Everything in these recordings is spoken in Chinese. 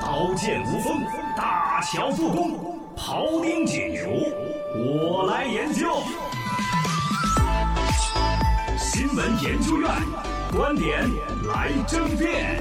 刀剑无锋，大乔复工，庖丁解牛，我来研究。新闻研究院观点来争辩。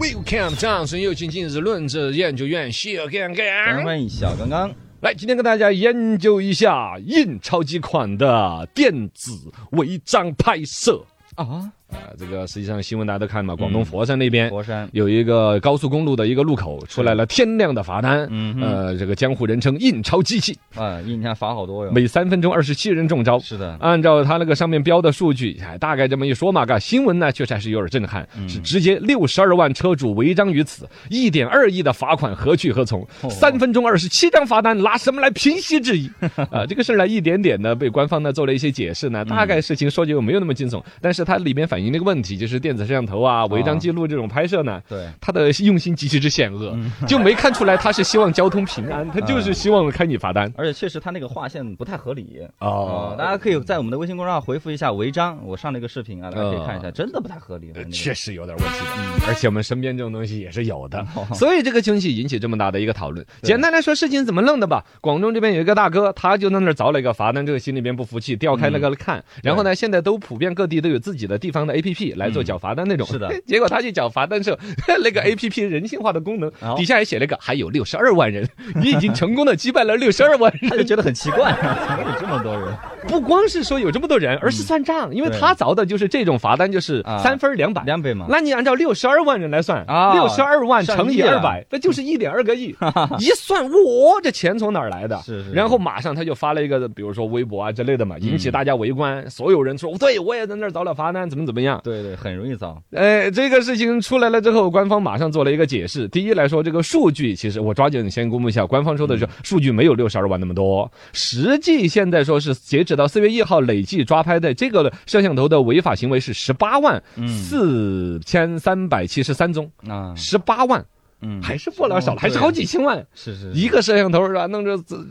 Welcome，掌声有请今日论证研究员谢刚咱刚。们小刚刚，来，今天跟大家研究一下印钞机款的电子违章拍摄啊，啊、这个实际上新闻大家都看嘛，广东佛山那边。嗯佛山有一个高速公路的一个路口出来了天量的罚单，嗯哼呃，这个江湖人称印钞机器，啊，印象罚好多哟。每三分钟二十七人中招，是的，按照他那个上面标的数据，哎，大概这么一说嘛，嘎，新闻呢确实还是有点震撼，是直接六十二万车主违章于此，一点二亿的罚款何去何从？三分钟二十七张罚单，拿什么来平息质疑？啊、这个事儿呢，一点点呢被官方呢做了一些解释呢，大概事情说就没有那么惊悚，但是它里面反映那个问题，就是电子摄像头啊、违章记录这种拍摄呢，对他的用心极其之险恶，就没看出来他是希望交通平安，他就是希望开你罚单。而且确实他那个划线不太合理。哦啊大家可以在我们的微信公众号回复一下违章，我上了一个视频啊，大家可以看一下，嗯真的不太合理。那个确实有点问题嗯的，而且我们身边这种东西也是有的，哦所以这个东西引起这么大的一个讨论。简单来说，事情怎么弄的吧？广东这边有一个大哥，他就在那儿凿了一个罚单，这个心里边不服气，调嗯开那个看。然后呢，现在都普遍各地都有自己的地方的 APP 来做缴罚单那种。嗯是 的嗯结果他去缴罚单时候，那个 APP 人性化的功能哦底下还写了一个，还有六十二万人，你已经成功的击败了六十二万人。 他就觉得很奇怪， 怎么有这么多人？不光是说有这么多人，而是算账，因为嗯对他凿的就是这种罚单，就是啊三分两百，两百嘛那你按照六十二万人来算啊六十二万上乘以亿二了百，那 就是一点二个亿。一算，我这钱从哪儿来的？是嗯是然后马上他就发了一个，比如说微博啊之类的嘛，引起大家围观，所有人说，哦对我也在那儿凿了罚单，怎么怎么样。对对，很容易遭。哎，这个事情出来了之后，官方马上做了一个解释。第一来说，这个数据其实我抓紧先公布一下，官方说的是数据没有六十二万那么多，实际现在说是截止到四月一号，累计抓拍的这个摄像头的违法行为是十八万四千三百七十三宗，啊，十八万嗯，还是不了少了，还是好几千万。是是一个摄像头是吧？弄着自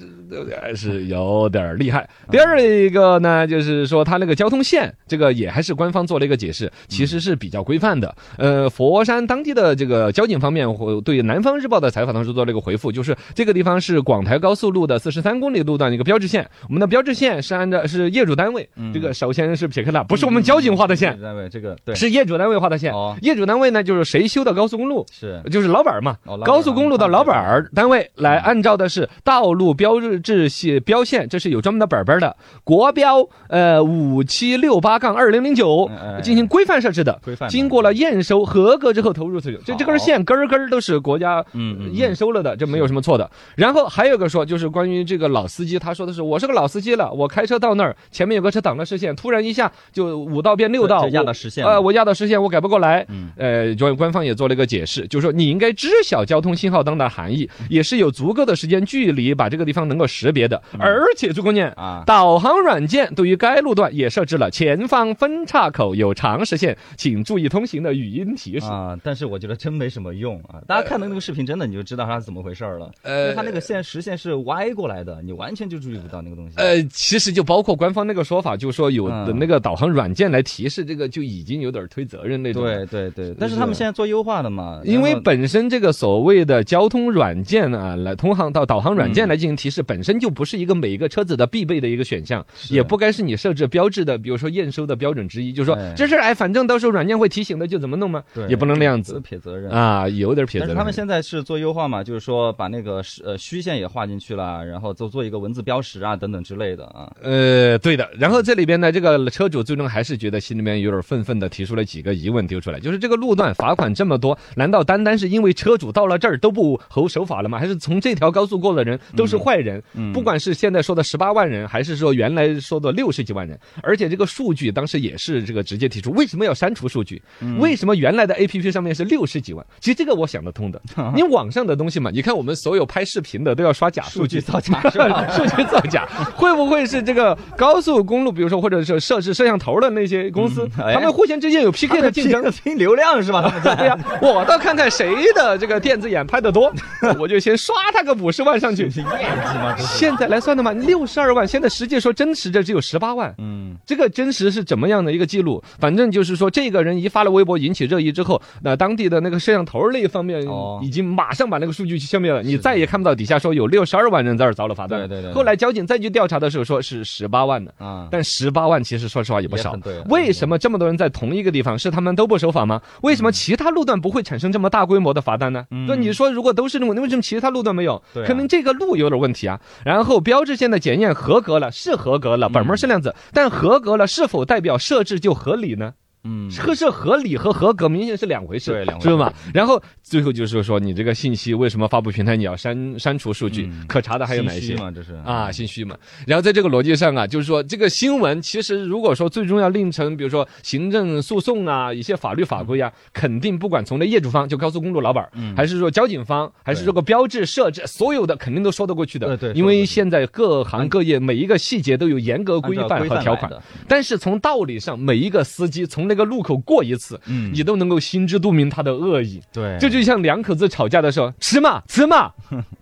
呃是有点儿厉害。第二嗯一个呢，就是说它那个交通线，这个也还是官方做了一个解释，其嗯实是比较规范的。呃，佛山当地的这个交警方面，会对南方日报的采访当时做了一个回复，就是这个地方是广台高速路的四十三公里路段的一个标志线，我们的标志线是按照是业主单位，嗯这个首先是撇开了，不是我们交警画的线，单位这个嗯对是业主单位画的线哦。业主单位呢，就是谁修的高速公路，是就是老板儿嘛哦老，板儿高速公路的老板儿单位来按照的是道路标志系标线，这是有专门的本本儿的，国标呃五七六八杠二零零九嗯嗯进行规范设置的，规范的经过了验收合格之后投入使用，这好这根线根儿根儿都是国家嗯嗯嗯验收了的，这没有什么错的。然后还有个说就是关于这个老司机，他说的是我是个老司机了，我开车到那儿前面有个车挡了视线，突然一下就五道变六道，就压我到实线呃了我压到实线，我改不过来。嗯呃，官官方也做了一个解释，就是说你应该知晓交通信号灯的含义，也是有足够的时间距离把这个地方能够识别的，而且最关键。嗯啊，导航软件对于该路段也设置了前方分岔口有长实线，请注意通行的语音提示。啊，但是我觉得真没什么用啊！大家看到那个视频，真的你就知道它是怎么回事儿了。呃因为它那个线实线是歪过来的，你完全就注意不到那个东西。呃，其实就包括官方那个说法，就说有嗯的那个导航软件来提示这个，就已经有点推责任那种。对对对，但是他们现在做优化的嘛，因为然后本身这个所谓的交通软件啊，来通航到导航软嗯件来进行提示，本身就不是一个每一个车子的必备的一个选项，是也不该是你设置标志的，比如说验收的标准之一。就是说对这事儿哎，反正到时候软件会提醒的，就怎么弄嘛，对也不能那样责子撇责任。啊，有点撇责但任。是他们现在是做优化嘛，就是说把那个是呃虚线也画进去了，然后做做一个文字标识啊等等之类的啊。呃，对的。然后这里边呢，这个车主最终还是觉得心里面有点愤愤的，提出了几个疑问丢出来，就是这个路段罚款这么多，难道单单是因为车主到了这儿都不守守法了吗？还是从这条高速过的人都是坏人？不管是现在说的十八万人，还是说原来说的六十几万人，而且这个数据当时也是这个直接提出，为什么要删除数据？为什么原来的 APP 上面是六十几万？其实这个我想得通 的，因为网上的东西嘛，你看我们所有拍视频的都要刷假数据。 造假是吧？数据造假，会不会是这个高速公路，比如说或者是设置摄像头的那些公司，嗯哎 他们互相之间有 PK 的竞争？ 拼流量是吧？他们在对呀、我倒看看谁的的这个电子眼拍得多，我就先刷他个五十万上去。啊现在来算的嘛，六十二万，现在实际说真实的只有十八万。嗯，这个真实是怎么样的一个记录？反正就是说，这个人一发了微博引起热议之后，那当地的那个摄像头那一方面哦已经马上把那个数据消灭了，你再也看不到底下说有六十二万人在这儿遭了罚单。对对对对后来交警再去调查的时候，说是十八万呢。啊，但十八万其实说实话也不也少很对啊。为什么这么多人在同一个地方？是他们都不守法吗？为嗯什么其他路段不会产生这么大规模的罚单呢？那、你说如果都是那么，为什么其他路段没有？对啊可能这个路有点问题啊。然后标志线的检验合格了，是合格了，嗯本门是那样子，但合格了是否代表设置就合理呢？嗯，这是合理和合格明显是两回事，对两回是事吗？然后最后就是说，你这个信息为什么发布平台你要删删除数据？嗯可查的还有哪一心些虚？嘛？这是啊，，心虚嘛。然后在这个逻辑上啊，就是说这个新闻其实如果说最终要另成，比如说行政诉讼啊，一些法律法规啊，嗯肯定不管从那业主方，就高速公路老板儿，还是说交警方，还是这个标志设置，所有的肯定都说得过去的。对对因说得为过去现在各行各业每一个细节都有严格规按照范规和范条来款的。但是从道理上，每一个司机从那个路口过一次，嗯你都能够心知肚明他的恶意。对，这就像两口子吵架的时候，吃嘛吃 嘛，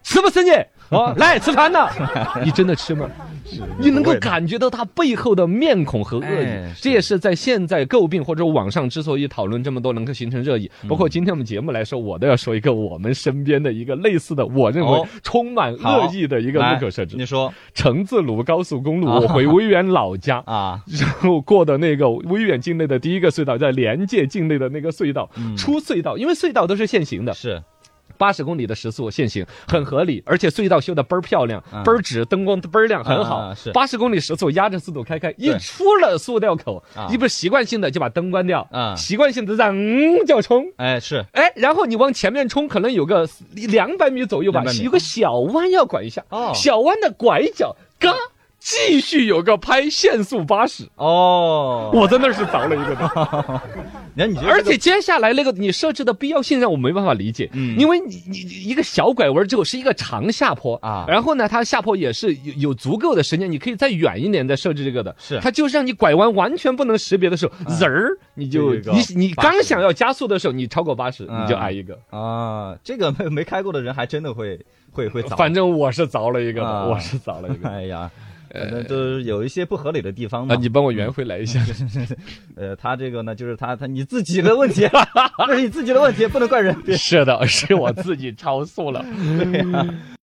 吃不吃你？哦，来吃饭呢，你真的吃吗？你能够感觉到他背后的面孔和恶哎意，是这也是在现在诟病或者网上之所以讨论这么多，能够形成热议。嗯包括今天我们节目来说，我都要说一个我们身边的一个类似的，我认为哦充满好恶意的一个来路口设置你。说成自鲁高速公路，啊我回威远老家啊，然后过的那个威远境内的第一个隧道，在连界境内的那个隧道，嗯出隧道，因为隧道都是限行的，是八十公里的时速限行很合理，而且隧道修的倍儿漂亮，嗯倍儿直，灯光倍儿亮，很好。嗯嗯嗯是八十公里时速压着速度开开，一对出了隧道口啊，你不是习惯性的就把灯关掉，嗯习惯性的让嗯叫冲。哎是哎，然后你往前面冲，可能有个两百米左右吧200，米有个小弯要拐一下。哦小弯的拐角，嘎，继续有个拍限速八十，哦，我在那儿是凿了一个洞。那你觉得而这个且接下来那个你设置的必要性让我没办法理解，嗯因为你你你一个小拐弯之后是一个长下坡啊然后呢，它下坡也是有有足够的时间，你可以再远一点再设置这个的，是嗯它就是让你拐弯完全不能识别的时候，人儿你就就有一个你你刚80想要加速的时候，你超过八十嗯你就挨一个。啊，这个没 没开过的人还真的会会会早。反正我是凿了一个的，啊我是凿了一个。哎呀，反正就是有一些不合理的地方嘛呃啊，。你帮我圆回来一 下。呃，他这个呢，就是他他你自己的问题，啊 那是你自己的问题，不能怪人。是的，是我自己超速了。